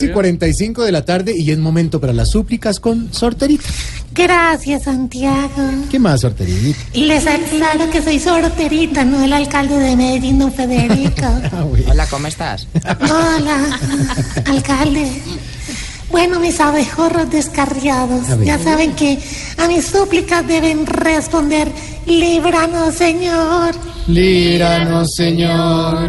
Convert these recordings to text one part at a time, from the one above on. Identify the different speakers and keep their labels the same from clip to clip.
Speaker 1: y 45 de la tarde y es momento para las súplicas con Sorterita.
Speaker 2: Gracias, Santiago.
Speaker 1: ¿Qué más, Sorterita?
Speaker 2: Les aclaro que soy sorterita, no el alcalde de Medellín, don Federico.
Speaker 1: Ah,
Speaker 3: Hola, ¿cómo estás?
Speaker 2: Hola, alcalde. Bueno, mis abejorros descarriados,
Speaker 1: A ver.
Speaker 2: ya saben que a mis súplicas deben responder, líbranos, Señor,
Speaker 1: Líbranos, Señor,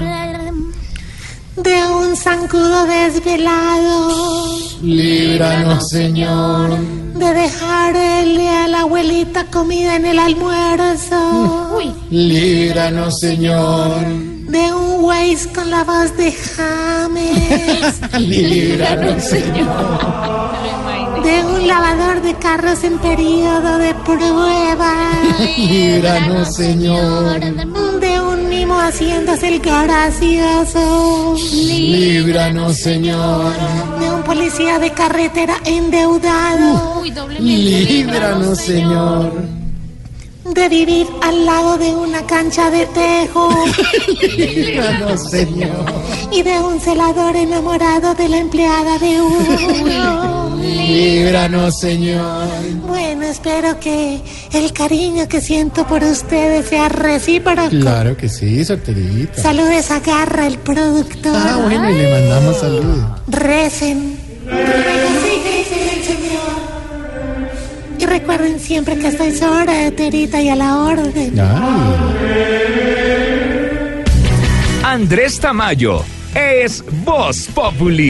Speaker 2: de un zancudo desvelado,
Speaker 1: líbranos, Señor,
Speaker 2: de dejarle a la abuelita comida en el almuerzo.
Speaker 1: líbranos, Señor,
Speaker 2: De un Waze con la voz de James.
Speaker 1: líbranos, Señor,
Speaker 2: De un lavador de carros en periodo de prueba.
Speaker 1: líbranos, Señor,
Speaker 2: De un mimo haciéndose el gracioso.
Speaker 1: líbranos, Señor,
Speaker 2: De un policía de carretera endeudado.
Speaker 1: líbranos, Señor,
Speaker 2: De vivir al lado de una cancha de tejo.
Speaker 1: líbranos, Señor,
Speaker 2: Y de un celador enamorado de la empleada de uno.
Speaker 1: líbranos, Señor,
Speaker 2: Bueno, espero que el cariño que siento por ustedes sea recíproco.
Speaker 1: claro que sí, Sorterita.
Speaker 2: Saludes a Garra, el productor.
Speaker 1: Ah, bueno, y le mandamos saludos.
Speaker 2: Recen. Y recuerden siempre que estoy sola, Terita, y a la orden.
Speaker 1: Ay,
Speaker 4: Andrés Tamayo es Voz Populi.